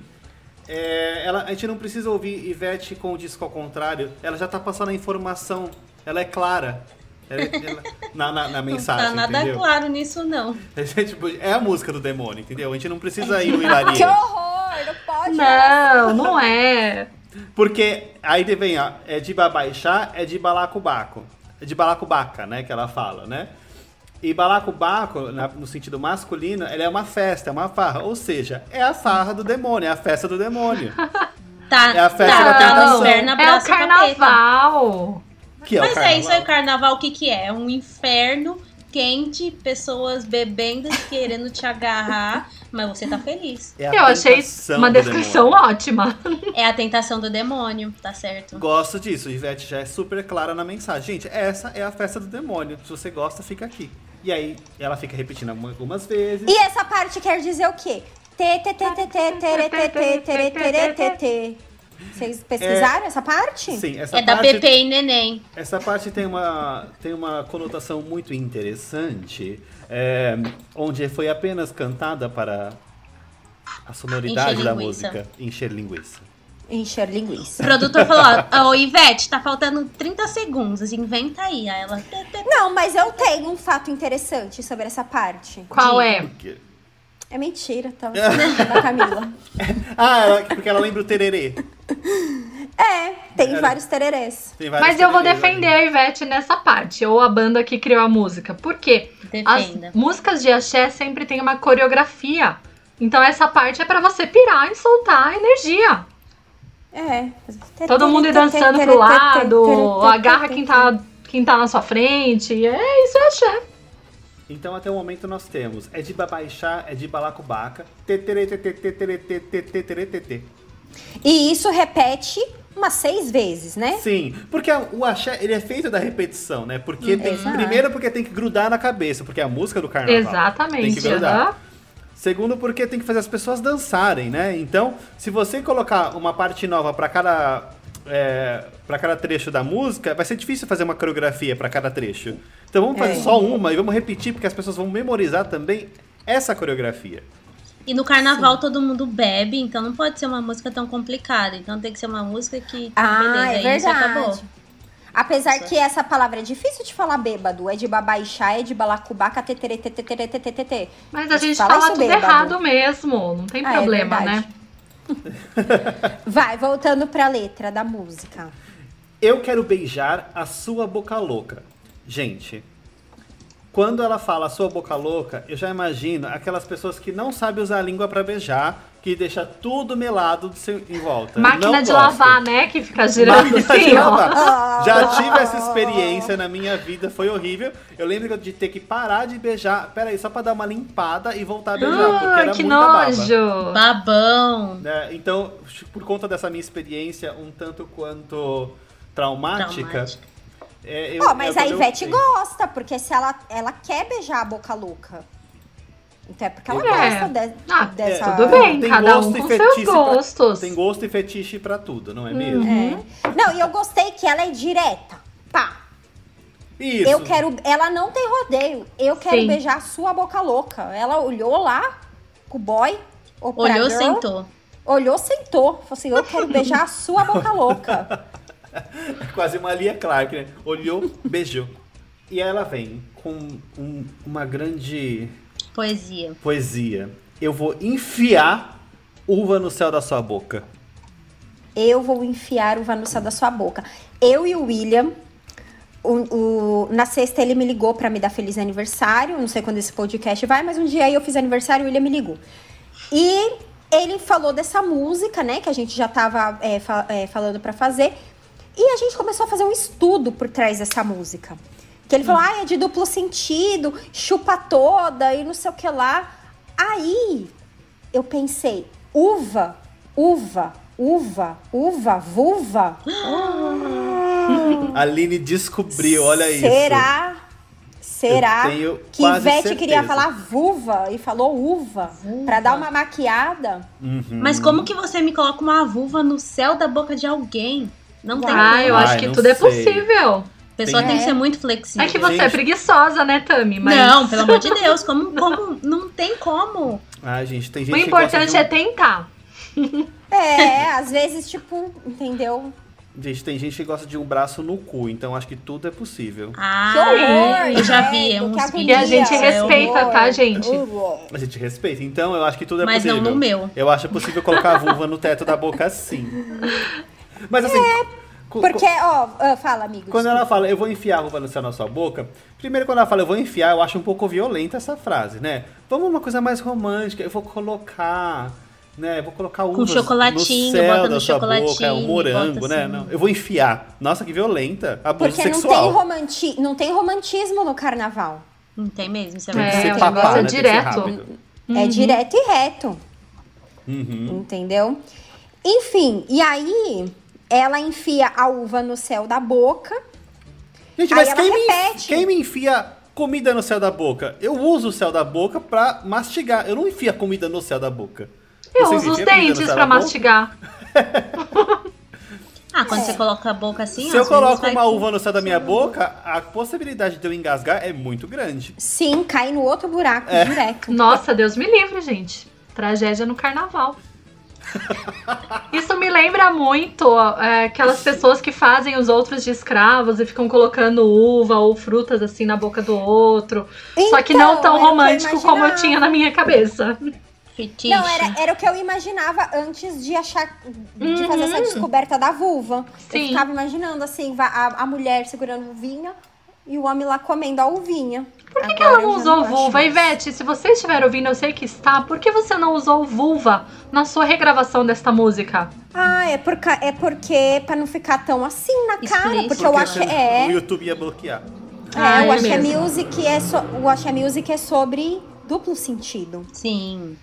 Speaker 3: é, ela, a gente não precisa ouvir Ivete com o disco ao contrário, ela já tá passando a informação, ela é clara. Ela- ela- na, na- na
Speaker 1: Não
Speaker 3: mensagem,
Speaker 1: tá nada
Speaker 3: entendeu?
Speaker 1: claro nisso, não.
Speaker 3: A gente, tipo, é a música do demônio, entendeu? A gente não precisa ir no hilaria.
Speaker 4: que horror, não pode.
Speaker 2: Não, não é.
Speaker 3: Porque aí vem, ó, é de babaixá, é de balacobaco. É de balacobaca, né, que ela fala, né? E balacobaco, na- no sentido masculino, ela é uma festa, é uma farra. Ou seja, é a farra do demônio, é a festa do demônio.
Speaker 1: Tá,
Speaker 3: É a festa
Speaker 1: tá,
Speaker 3: da
Speaker 1: tá
Speaker 3: tentação.
Speaker 1: no inferno,
Speaker 2: é o
Speaker 1: abraça capeta.
Speaker 2: carnaval.
Speaker 3: Que é o
Speaker 1: Mas é isso aí,
Speaker 3: carnaval.
Speaker 1: carnaval, o que que é? É um inferno quente, pessoas bebendo, querendo te agarrar, mas você tá feliz.
Speaker 3: É a
Speaker 2: Eu achei
Speaker 3: tentação
Speaker 2: uma
Speaker 3: do
Speaker 2: descrição
Speaker 3: demônio.
Speaker 2: ótima.
Speaker 1: É a tentação do demônio, tá certo?
Speaker 3: Gosto disso, Ivete já é super clara na mensagem. Gente, essa é a festa do demônio. Se você gosta, fica aqui. E aí, ela fica repetindo alguma- algumas vezes.
Speaker 4: E essa parte quer dizer o quê? Tê, tê, tê, tê, tê, tê, tê, tê, tê, tê, tê, tê, tê, tê. Vocês pesquisaram essa parte?
Speaker 3: Sim, essa
Speaker 1: É da
Speaker 3: parte,
Speaker 1: Pepe e Neném.
Speaker 3: Essa parte tem uma, tem uma conotação muito interessante, é, onde foi apenas cantada para a sonoridade
Speaker 1: Encher
Speaker 3: da
Speaker 1: linguiça.
Speaker 3: música. Encher linguiça.
Speaker 4: Encher
Speaker 1: O
Speaker 4: linguiça.
Speaker 1: produtor falou, ó, ô Ivete, tá faltando 30 segundos, inventa aí. Aí ela, tê, tê,
Speaker 4: Não, mas eu tenho um fato interessante sobre essa parte.
Speaker 2: Qual é?
Speaker 3: Porque-
Speaker 4: É mentira, tá? da Camila.
Speaker 3: Ah, ela- porque ela lembra o tererê.
Speaker 4: É, tem
Speaker 3: Era-
Speaker 4: vários tererês.
Speaker 3: Tem vários
Speaker 2: Mas eu vou
Speaker 3: tererês ali.
Speaker 2: defender a Ivete nessa parte, ou a banda que criou a música. Por quê? As
Speaker 1: defenda.
Speaker 2: músicas de axé sempre tem uma coreografia. Então essa parte é pra você pirar e soltar a energia.
Speaker 4: É.
Speaker 2: Todo mundo ir dançando pro lado, agarra quem tá, quem tá na sua frente. É isso, é axé.
Speaker 3: Então até o momento nós temos é de babaixá, é de balacobaca, teterê, teterê, teterê, teterê, teterê, teterê.
Speaker 4: E isso repete umas seis vezes, né?
Speaker 3: Sim, porque a- o axé, ele é feito da repetição, né? Porque tem-
Speaker 4: Exato.
Speaker 3: primeiro porque tem que grudar na cabeça, porque é a música do carnaval. Tem que
Speaker 2: Exatamente.
Speaker 3: grudar.
Speaker 2: aham.
Speaker 3: Segundo, porque tem que fazer as pessoas dançarem, né? Então, se você colocar uma parte nova pra cada é, para cada trecho da música, vai ser difícil fazer uma coreografia pra cada trecho. Então vamos fazer
Speaker 4: É.
Speaker 3: só uma e vamos repetir porque as pessoas vão memorizar também essa coreografia.
Speaker 1: E no carnaval todo mundo bebe, então não pode ser uma música tão complicada. Então tem que ser uma música que.
Speaker 4: Ah, é
Speaker 1: aí, isso
Speaker 4: verdade. Apesar
Speaker 1: Isso.
Speaker 4: que essa palavra é difícil de falar bêbado, é de babaixá, é de balacubaca, tetere, tetere, tetere, tetere.
Speaker 2: Mas a gente
Speaker 4: Fala
Speaker 2: fala
Speaker 4: isso,
Speaker 2: tudo
Speaker 4: bêbado.
Speaker 2: errado mesmo. Não tem
Speaker 4: Ah, é
Speaker 2: problema,
Speaker 4: verdade.
Speaker 2: né?
Speaker 4: Vai, voltando pra letra da música.
Speaker 3: Eu quero beijar a sua boca louca. Gente, quando ela fala a sua boca louca, eu já imagino aquelas pessoas que não sabem usar a língua pra beijar, que deixa tudo melado do seu- em volta.
Speaker 2: Máquina
Speaker 3: Não
Speaker 2: de
Speaker 3: gosto.
Speaker 2: lavar, né? Que fica girando
Speaker 3: Máquina de
Speaker 2: assim, ó.
Speaker 3: lavar.
Speaker 4: Ah.
Speaker 3: Já tive essa experiência na minha vida, foi horrível. Eu lembro de ter que parar de beijar, peraí, só pra dar uma limpada e voltar a beijar, porque
Speaker 2: Ah,
Speaker 3: era
Speaker 2: que
Speaker 3: muita baba.
Speaker 2: nojo.
Speaker 1: Babão.
Speaker 3: Né? Então, por conta dessa minha experiência um tanto quanto traumática,
Speaker 1: Traumática.
Speaker 3: é, eu-
Speaker 4: Ó, mas
Speaker 3: é
Speaker 4: a
Speaker 3: quando eu
Speaker 4: Ivete
Speaker 3: sei.
Speaker 4: gosta, porque se ela, ela quer beijar a boca louca. Então é porque ela
Speaker 2: É.
Speaker 4: gosta de-
Speaker 2: Ah,
Speaker 4: dessa.
Speaker 2: Tudo bem,
Speaker 3: Tem
Speaker 2: cada
Speaker 3: gosto
Speaker 2: um
Speaker 3: e
Speaker 2: com
Speaker 3: fetiche
Speaker 2: seus
Speaker 3: pra-
Speaker 2: gostos.
Speaker 3: Tem gosto e fetiche pra tudo,
Speaker 4: Hum.
Speaker 3: não é mesmo?
Speaker 4: É. Não, e eu gostei que ela é direta. Pá,
Speaker 3: Isso.
Speaker 4: É. eu quero. Ela não tem rodeio. Eu quero
Speaker 2: Sim.
Speaker 4: beijar a sua boca louca. Ela olhou lá com o boy. Ou pra
Speaker 1: Olhou,
Speaker 4: girl,
Speaker 1: sentou.
Speaker 4: Olhou, sentou. Falou assim: eu quero beijar a sua boca louca.
Speaker 3: Quase uma Lia Clark, né? Olhou, beijou. E aí ela vem com um- uma grande
Speaker 1: Poesia.
Speaker 3: poesia. Eu vou enfiar uva no céu da sua boca.
Speaker 4: Eu vou enfiar o Vanusa da sua boca. Eu e o William. o- o- na sexta ele me ligou pra me dar feliz aniversário. Não sei quando esse podcast vai, mas um dia aí eu fiz aniversário e o William me ligou. E ele falou dessa música, né? Que a gente já tava é, fa- é, falando pra fazer. E a gente começou a fazer um estudo por trás dessa música. Que ele falou, ah, é de duplo sentido, chupa toda e não sei o que lá. Aí eu pensei, uva, uva, uva, uva, vulva.
Speaker 3: Aline descobriu, olha isso.
Speaker 4: Hum. Será? Será
Speaker 3: Eu tenho
Speaker 4: que
Speaker 3: quase
Speaker 4: Ivete queria
Speaker 3: certeza.
Speaker 4: falar vulva e falou uva
Speaker 1: Vulva.
Speaker 4: pra dar uma maquiada?
Speaker 3: Uhum.
Speaker 1: Mas como que você me coloca uma vulva no céu da boca de alguém? Não tem
Speaker 2: Ah, eu
Speaker 1: como.
Speaker 2: acho
Speaker 3: Ai,
Speaker 2: que
Speaker 3: não
Speaker 2: tudo é
Speaker 3: sei.
Speaker 2: possível.
Speaker 1: A pessoa
Speaker 3: tem-
Speaker 1: tem que ser muito flexível.
Speaker 2: É que você é
Speaker 3: Gente.
Speaker 2: preguiçosa, né, Tami? Mas
Speaker 1: Não, pelo amor de Deus, como, como não tem como.
Speaker 3: Ai, Ah, gente, tem gente
Speaker 2: o
Speaker 3: que gosta
Speaker 2: importante
Speaker 3: de um-
Speaker 2: é tentar.
Speaker 4: É, às vezes, tipo, entendeu?
Speaker 3: Gente, tem gente que gosta de um braço no cu, então acho que tudo é possível.
Speaker 1: Ah,
Speaker 4: Que horror!
Speaker 1: eu já
Speaker 4: né?
Speaker 1: vi
Speaker 2: é
Speaker 4: Que
Speaker 1: uns
Speaker 4: agonia,
Speaker 2: E a gente
Speaker 1: vídeos, é horror.
Speaker 2: respeita, tá, gente?
Speaker 4: Uva.
Speaker 3: A gente respeita, então eu acho que tudo é
Speaker 1: Mas
Speaker 3: possível.
Speaker 1: não no meu.
Speaker 3: Eu acho possível colocar a vulva no teto da boca sim. Mas assim.
Speaker 1: É,
Speaker 3: co- co-
Speaker 4: Porque, ó, ah, fala, amigo.
Speaker 3: Quando ela fala, eu vou enfiar a roupa no céu na sua boca, primeiro quando ela fala, eu vou enfiar, eu acho um pouco violenta essa frase, né? Vamos uma coisa mais romântica, eu vou colocar, né? Eu vou colocar uvas
Speaker 1: chocolatinho,
Speaker 3: no céu
Speaker 1: bota no
Speaker 3: da sua boca, é
Speaker 1: chocolatinho,
Speaker 3: um morango,
Speaker 1: bota
Speaker 3: né?
Speaker 1: assim.
Speaker 3: Não, eu vou enfiar. Nossa, que violenta. Abuso
Speaker 4: Porque não
Speaker 3: sexual.
Speaker 4: tem, romanti não tem romantismo no carnaval.
Speaker 1: Não tem mesmo, isso é
Speaker 3: Tem que
Speaker 1: verdade.
Speaker 2: É,
Speaker 3: ser
Speaker 2: o
Speaker 3: papá,
Speaker 2: negócio é
Speaker 3: né? Tem que ser
Speaker 2: direto.
Speaker 3: rápido.
Speaker 4: É
Speaker 2: Uhum.
Speaker 4: direto e reto.
Speaker 3: Uhum.
Speaker 4: Entendeu? Enfim, e aí ela enfia a uva no céu da boca.
Speaker 3: Gente,
Speaker 4: Aí
Speaker 3: mas
Speaker 4: ela
Speaker 3: quem me,
Speaker 4: repete.
Speaker 3: quem me enfia comida no céu da boca? Eu uso o céu da boca pra mastigar. Eu não enfio a comida no céu da boca.
Speaker 2: Eu
Speaker 3: Vocês
Speaker 2: uso os
Speaker 3: enfiam a comida no
Speaker 2: dentes
Speaker 3: céu
Speaker 2: pra
Speaker 3: da boca?
Speaker 2: mastigar.
Speaker 1: Ah, quando você coloca a boca assim, ó,
Speaker 3: Se eu
Speaker 1: às vezes
Speaker 3: coloco
Speaker 1: vai
Speaker 3: uma
Speaker 1: com-
Speaker 3: uva no céu da minha boca, a possibilidade de eu engasgar é muito grande.
Speaker 4: Sim, cai no outro buraco
Speaker 2: É.
Speaker 4: direto.
Speaker 2: Nossa, Deus me livre, gente. Tragédia no carnaval. Isso me lembra muito ó, é, aquelas pessoas que fazem os outros de escravos e ficam colocando uva ou frutas assim na boca do outro. Só que não
Speaker 4: Então,
Speaker 2: tão
Speaker 4: era o que eu
Speaker 2: romântico como eu
Speaker 4: imaginava.
Speaker 2: tinha na minha cabeça.
Speaker 1: fetiche.
Speaker 4: Não, era, era o que eu imaginava antes de achar de fazer essa descoberta da vulva. Eu
Speaker 2: Uhum. Sim.
Speaker 4: ficava imaginando assim, va- a, a mulher segurando uvinha e o homem lá comendo a uvinha. Por
Speaker 2: Por que ela não Então, usou vulva? É Ivete, se você estiver ouvindo, eu sei que está. Por que você não usou vulva na sua regravação desta música?
Speaker 4: Ah, é, por, ca- é porque pra não ficar tão assim na cara,
Speaker 1: Explícito.
Speaker 4: porque eu
Speaker 1: Porque
Speaker 4: acho
Speaker 3: senão
Speaker 4: é,
Speaker 3: assim, O YouTube ia bloquear.
Speaker 2: Ah,
Speaker 4: é, o
Speaker 2: é
Speaker 4: axé
Speaker 2: mesmo.
Speaker 4: music é so- o axé music é sobre duplo sentido.
Speaker 1: Sim.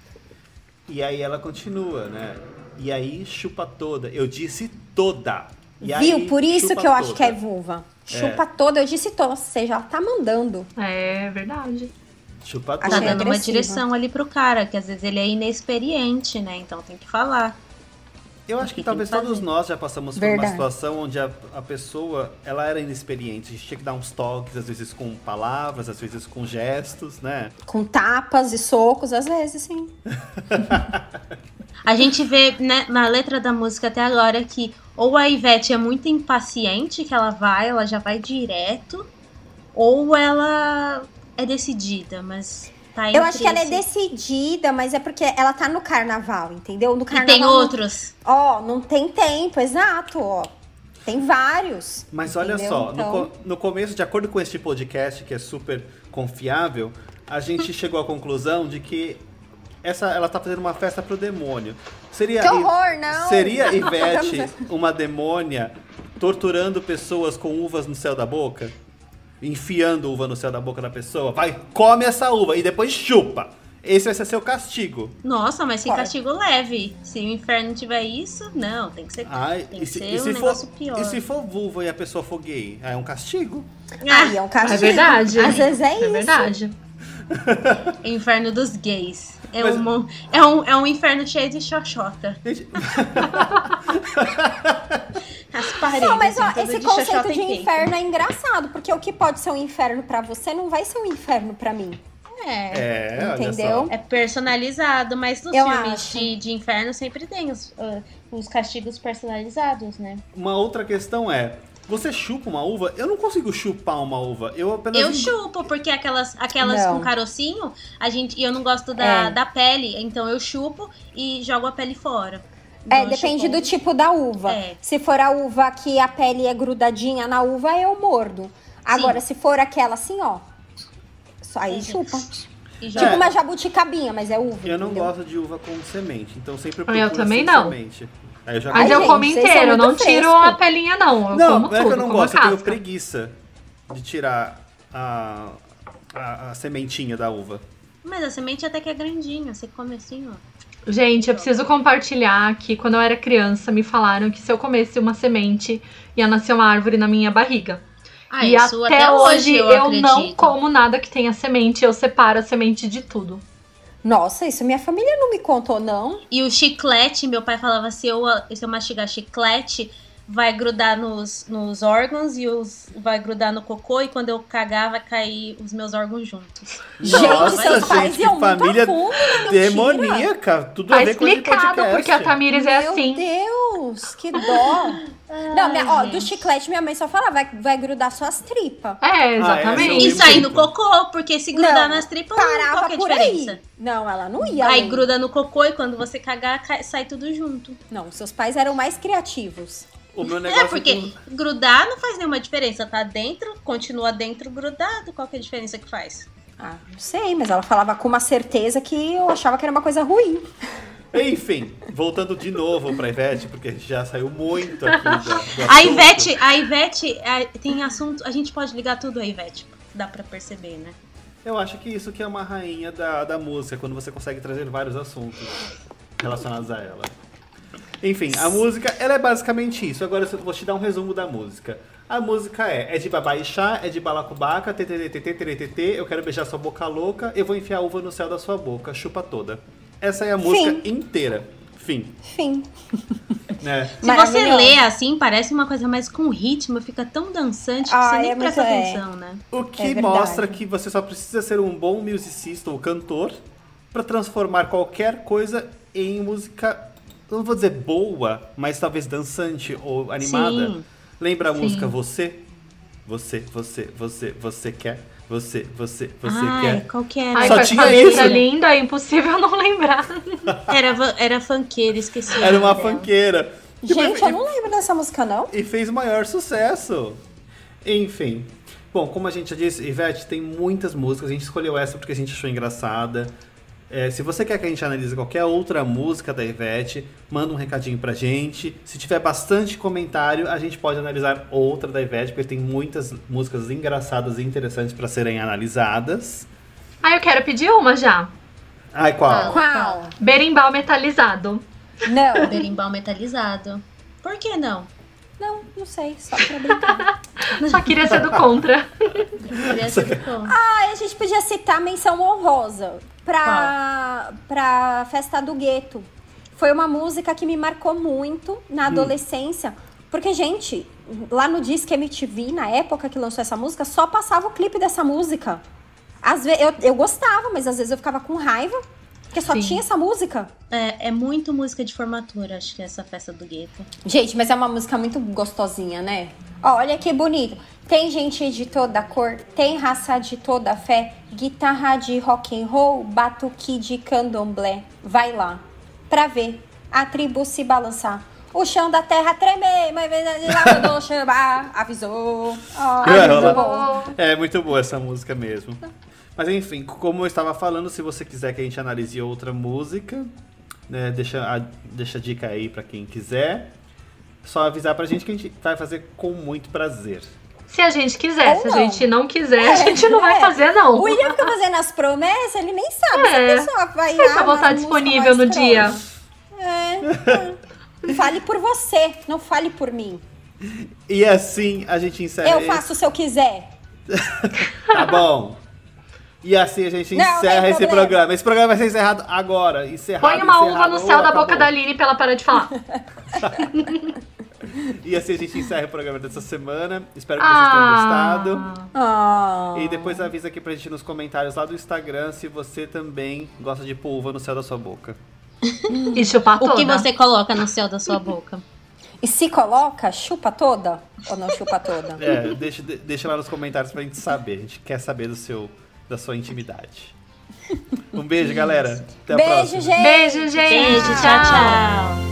Speaker 3: E aí ela continua, né? E aí chupa toda. Eu disse toda. E aí,
Speaker 4: Viu? Por isso
Speaker 3: chupa
Speaker 4: que eu acho
Speaker 3: toda.
Speaker 4: que é vulva. Chupa toda, eu disse toda, ou seja, ela tá mandando.
Speaker 2: É verdade.
Speaker 3: Chupa
Speaker 1: tá
Speaker 4: Achei
Speaker 1: dando
Speaker 3: toda.
Speaker 1: uma
Speaker 4: agressiva.
Speaker 1: direção ali pro cara, que às vezes ele é inexperiente, né? Então tem que falar.
Speaker 3: Eu acho que talvez
Speaker 1: Tem que
Speaker 3: todos
Speaker 1: fazer.
Speaker 3: nós já passamos por uma
Speaker 4: Verdade.
Speaker 3: situação onde a, a pessoa, ela era inexperiente. A gente tinha que dar uns toques, às vezes com palavras, às vezes com gestos, né?
Speaker 4: Com tapas e socos, às vezes, sim.
Speaker 1: A gente vê né, na letra da música até agora que ou a Ivete é muito impaciente, que ela vai, ela já vai direto, ou ela é decidida, mas tá entre
Speaker 4: Eu acho que ela é
Speaker 1: esse-
Speaker 4: decidida, mas é porque ela tá no carnaval, entendeu? No
Speaker 1: E
Speaker 4: carnaval.
Speaker 1: tem outros.
Speaker 4: Ó, não tem tempo, exato, ó. Tem vários.
Speaker 3: Mas olha
Speaker 4: entendeu?
Speaker 3: só, no,
Speaker 4: Então,
Speaker 3: co- no começo, de acordo com este podcast, que é super confiável, a gente chegou à conclusão de que essa, ela tá fazendo uma festa pro demônio. Seria
Speaker 4: Que
Speaker 3: i-
Speaker 4: horror, não!
Speaker 3: Seria a Ivete uma demônia torturando pessoas com uvas no céu da boca? Enfiando uva no céu da boca da pessoa? Vai, come essa uva e depois chupa! Esse vai ser seu castigo.
Speaker 1: Nossa, mas que
Speaker 4: Claro.
Speaker 1: castigo leve. Se o inferno tiver isso, não, tem que ser,
Speaker 3: Ai,
Speaker 1: tem
Speaker 3: e
Speaker 1: que
Speaker 3: se,
Speaker 1: ser
Speaker 3: e
Speaker 1: um
Speaker 3: se for,
Speaker 1: negócio pior.
Speaker 3: e se for vulva e a pessoa for gay? Ah, É um castigo?
Speaker 1: Ah,
Speaker 4: Aí é um castigo.
Speaker 2: É verdade.
Speaker 4: Às vezes é, isso.
Speaker 2: verdade.
Speaker 1: é Inferno dos gays. É,
Speaker 3: Mas-
Speaker 1: uma- é um, é um inferno cheio de xoxota.
Speaker 3: Gente,
Speaker 1: As paredes.
Speaker 4: Não, mas ó,
Speaker 1: assim, tudo
Speaker 4: esse
Speaker 1: de
Speaker 4: conceito
Speaker 1: xoxota
Speaker 4: de
Speaker 1: e peito.
Speaker 4: inferno é engraçado, porque o que pode ser um inferno pra você não vai ser um inferno pra mim.
Speaker 1: É. é.
Speaker 3: é, olha
Speaker 4: Entendeu?
Speaker 3: só.
Speaker 1: personalizado, mas nos
Speaker 4: Eu
Speaker 1: filmes
Speaker 4: acho.
Speaker 1: de, de inferno sempre tem os, ah, os castigos personalizados, né?
Speaker 3: Uma outra questão é: você chupa uma uva? Eu não consigo chupar uma uva. Eu apenas.
Speaker 1: Eu chupo, porque aquelas, aquelas
Speaker 4: Não.
Speaker 1: com carocinho, a gente, e eu não gosto da,
Speaker 4: É.
Speaker 1: da pele, então eu chupo e jogo a pele fora. Então
Speaker 4: É,
Speaker 1: eu
Speaker 4: depende
Speaker 1: chupo-
Speaker 4: do tipo da uva.
Speaker 1: É.
Speaker 4: Se for a uva que a pele é grudadinha na uva, eu mordo. Agora, se for aquela assim, ó. Só aí
Speaker 1: Uhum.
Speaker 4: chupa.
Speaker 1: e
Speaker 3: É.
Speaker 1: jogo.
Speaker 4: Tipo uma jabuticabinha, mas é uva.
Speaker 3: Eu não
Speaker 4: entendeu?
Speaker 3: gosto de uva com semente, então sempre procuro
Speaker 2: Ah, também
Speaker 3: sem
Speaker 2: não.
Speaker 3: semente. Aí eu já
Speaker 2: Mas
Speaker 4: Ai,
Speaker 2: eu
Speaker 4: gente,
Speaker 2: como
Speaker 4: vocês
Speaker 2: inteiro,
Speaker 4: são
Speaker 2: eu não
Speaker 4: muito
Speaker 2: tiro
Speaker 4: fresco.
Speaker 2: a pelinha, não. Eu
Speaker 3: Não,
Speaker 2: como
Speaker 3: não é
Speaker 2: tudo,
Speaker 3: que eu não
Speaker 2: como
Speaker 3: gosto,
Speaker 2: a
Speaker 3: eu tenho
Speaker 2: casca.
Speaker 3: preguiça de tirar a, a, a sementinha da uva.
Speaker 1: Mas a semente até que é grandinha, você come assim, ó.
Speaker 2: Gente, eu preciso compartilhar que quando eu era criança, me falaram que se eu comesse uma semente, ia nascer uma árvore na minha barriga.
Speaker 1: Ah,
Speaker 2: e
Speaker 1: isso
Speaker 2: até, hoje eu, não
Speaker 1: acredito.
Speaker 2: como nada que tenha semente, eu separo a semente de tudo.
Speaker 4: Nossa, isso minha família não me contou, não.
Speaker 1: E o chiclete, meu pai falava, se eu, se eu mastigar chiclete, vai grudar nos, nos órgãos e os, vai grudar no cocô, e quando eu cagar, vai cair os meus órgãos juntos.
Speaker 4: gente,
Speaker 1: Nossa,
Speaker 4: seus pais
Speaker 3: gente,
Speaker 4: iam
Speaker 3: que
Speaker 4: muito a
Speaker 3: família
Speaker 4: fundo na mentira.
Speaker 3: demoníaca. Tudo
Speaker 2: tá
Speaker 3: a ver com esse
Speaker 2: explicado
Speaker 3: podcast.
Speaker 2: porque a Tamires é
Speaker 4: Meu
Speaker 2: assim.
Speaker 4: Deus, que dó. não, minha, ó, do
Speaker 1: gente. Hum,
Speaker 4: chiclete minha mãe só fala, vai, vai grudar suas tripas.
Speaker 2: É,
Speaker 3: Ah, eu
Speaker 1: E
Speaker 2: exatamente.
Speaker 3: lembro
Speaker 1: sair
Speaker 4: é
Speaker 1: no
Speaker 3: muito.
Speaker 1: cocô, porque se grudar
Speaker 4: Não,
Speaker 1: nas tripas, não
Speaker 4: Parava
Speaker 1: qualquer
Speaker 4: por
Speaker 1: é diferença.
Speaker 4: aí. Não, ela não ia.
Speaker 1: Aí
Speaker 4: além.
Speaker 1: gruda no cocô e quando você cagar, cai- sai tudo junto.
Speaker 4: Não, seus pais eram mais criativos.
Speaker 3: O meu
Speaker 1: É,
Speaker 3: negócio
Speaker 1: porque grudar não faz nenhuma diferença. Tá dentro, continua dentro grudado. Qual que é a diferença que faz?
Speaker 4: Ah, não sei, mas ela falava com uma certeza que eu achava que era uma coisa ruim.
Speaker 3: com- Enfim, voltando de novo pra Ivete, porque a gente já saiu muito aqui. do- do
Speaker 1: A
Speaker 3: assunto.
Speaker 1: Ivete, a Ivete a- tem assunto. A gente pode ligar tudo a Ivete. Dá pra perceber, né?
Speaker 3: Eu acho que isso que é uma rainha da, da música, quando você consegue trazer vários assuntos relacionados a ela. Enfim, a música, ela é basicamente isso. Agora eu vou te dar um resumo da música. A música é, é de babaixá, é de balacobaca, ttt, eu quero beijar sua boca louca, eu vou enfiar uva no céu da sua boca, chupa toda. Essa é a música inteira. Fim.
Speaker 4: Enfim.
Speaker 3: É.
Speaker 1: Se você
Speaker 4: Maravilhoso.
Speaker 1: lê assim, parece uma coisa mais com ritmo, fica tão dançante que você
Speaker 4: Ai,
Speaker 1: nem
Speaker 4: é muito-
Speaker 1: presta
Speaker 4: é.
Speaker 1: atenção, né?
Speaker 3: O que
Speaker 4: verdade.
Speaker 3: mostra que você só precisa ser um bom musicista ou cantor pra transformar qualquer coisa em música, eu não vou dizer boa, mas talvez dançante ou animada.
Speaker 1: Sim.
Speaker 3: Lembra a
Speaker 1: Sim.
Speaker 3: música Você? Você, você, você, você quer? Você, você, você
Speaker 1: Ai,
Speaker 3: quer?
Speaker 1: qual que era?
Speaker 2: Ai,
Speaker 3: Só
Speaker 2: com
Speaker 3: tinha
Speaker 2: essa letra
Speaker 3: isso?
Speaker 2: linda, é impossível não lembrar.
Speaker 1: Era, van- era funkeira, esqueci. o
Speaker 3: Era
Speaker 1: nome
Speaker 3: uma
Speaker 1: dela.
Speaker 3: fanqueira.
Speaker 4: Gente, eu não lembro dessa música, não.
Speaker 3: e fez maior sucesso. Enfim. Bom, como a gente já disse, Ivete tem muitas músicas, a gente escolheu essa porque a gente achou engraçada. É, se você quer que a gente analise qualquer outra música da Ivete, manda um recadinho pra gente. Se tiver bastante comentário, a gente pode analisar outra da Ivete, porque tem muitas músicas engraçadas e interessantes pra serem analisadas.
Speaker 2: Ai, eu quero pedir uma já.
Speaker 3: Ai,
Speaker 4: Ah,
Speaker 3: qual?
Speaker 4: Qual?
Speaker 2: Berimbau metalizado.
Speaker 4: Não,
Speaker 1: Berimbau metalizado. Por que não?
Speaker 4: não, não sei, só pra brincar.
Speaker 2: Só queria ser do contra.
Speaker 1: Poderia ser do Tom.
Speaker 4: Aí a gente podia citar a menção honrosa pra, pra Festa do Gueto. Foi uma música que me marcou muito na adolescência. Porque, gente, lá no Disque MTV, na época que lançou essa música, só passava o clipe dessa música. Às vezes, eu, eu gostava, mas às vezes eu ficava com raiva, porque só
Speaker 2: Sim.
Speaker 4: tinha essa música.
Speaker 1: É, é muito música de formatura, acho que é essa festa do gueto.
Speaker 4: Gente, mas é uma música muito gostosinha, né? Ó, olha que bonito. Tem gente de toda cor, tem raça de toda fé, guitarra de rock and roll, batuque de candomblé. Vai lá, pra ver a tribo se balançar. O chão da terra tremer, mas verdade lá do chamar, avisou. Ó,
Speaker 3: Vai rolar.
Speaker 4: avisou. bom.
Speaker 3: É muito boa essa música mesmo. Mas enfim, como eu estava falando, se você quiser que a gente analise outra música, né, deixa, a, deixa a dica aí pra quem quiser. Só avisar pra gente que a gente vai fazer com muito prazer.
Speaker 2: Se a gente quiser,
Speaker 4: Ou
Speaker 2: se a
Speaker 4: não.
Speaker 2: gente não quiser,
Speaker 4: É,
Speaker 2: a gente não vai
Speaker 4: é.
Speaker 2: fazer, não.
Speaker 4: O William fica fazendo as promessas, ele nem sabe
Speaker 2: É.
Speaker 4: se a pessoa vai
Speaker 2: Vai
Speaker 4: ah,
Speaker 2: só
Speaker 4: mas a
Speaker 2: voltar
Speaker 4: música
Speaker 2: disponível
Speaker 4: mais
Speaker 2: no
Speaker 4: trouxa.
Speaker 2: dia.
Speaker 4: É. Fale por você, não fale por mim.
Speaker 3: E assim a gente encerra.
Speaker 4: Eu
Speaker 3: esse-
Speaker 4: faço se eu quiser.
Speaker 3: Tá bom. E assim a gente
Speaker 4: Não, tem
Speaker 3: encerra esse
Speaker 4: problema.
Speaker 3: programa. Esse programa vai ser encerrado agora. Encerrado,
Speaker 2: Põe uma uva
Speaker 3: encerrado.
Speaker 2: no céu
Speaker 3: Uva,
Speaker 2: da boca
Speaker 3: acabou.
Speaker 2: da Aline pra ela parar de falar.
Speaker 3: E assim a gente encerra o programa dessa semana. Espero que vocês tenham
Speaker 2: ah,
Speaker 3: gostado.
Speaker 4: Ah.
Speaker 3: E depois avisa aqui pra gente nos comentários lá do Instagram se você também gosta de pôr uva no céu da sua boca.
Speaker 2: e chupar toda.
Speaker 1: O que você coloca no céu da sua boca?
Speaker 4: E se coloca, chupa toda? Ou não chupa toda?
Speaker 3: É, deixa, de- deixa lá nos comentários pra gente saber. A gente quer saber do seu, da sua intimidade. Um beijo, galera. Até a
Speaker 4: Beijo,
Speaker 3: próxima.
Speaker 4: gente!
Speaker 2: Beijo, gente.
Speaker 1: Beijo, tchau. tchau.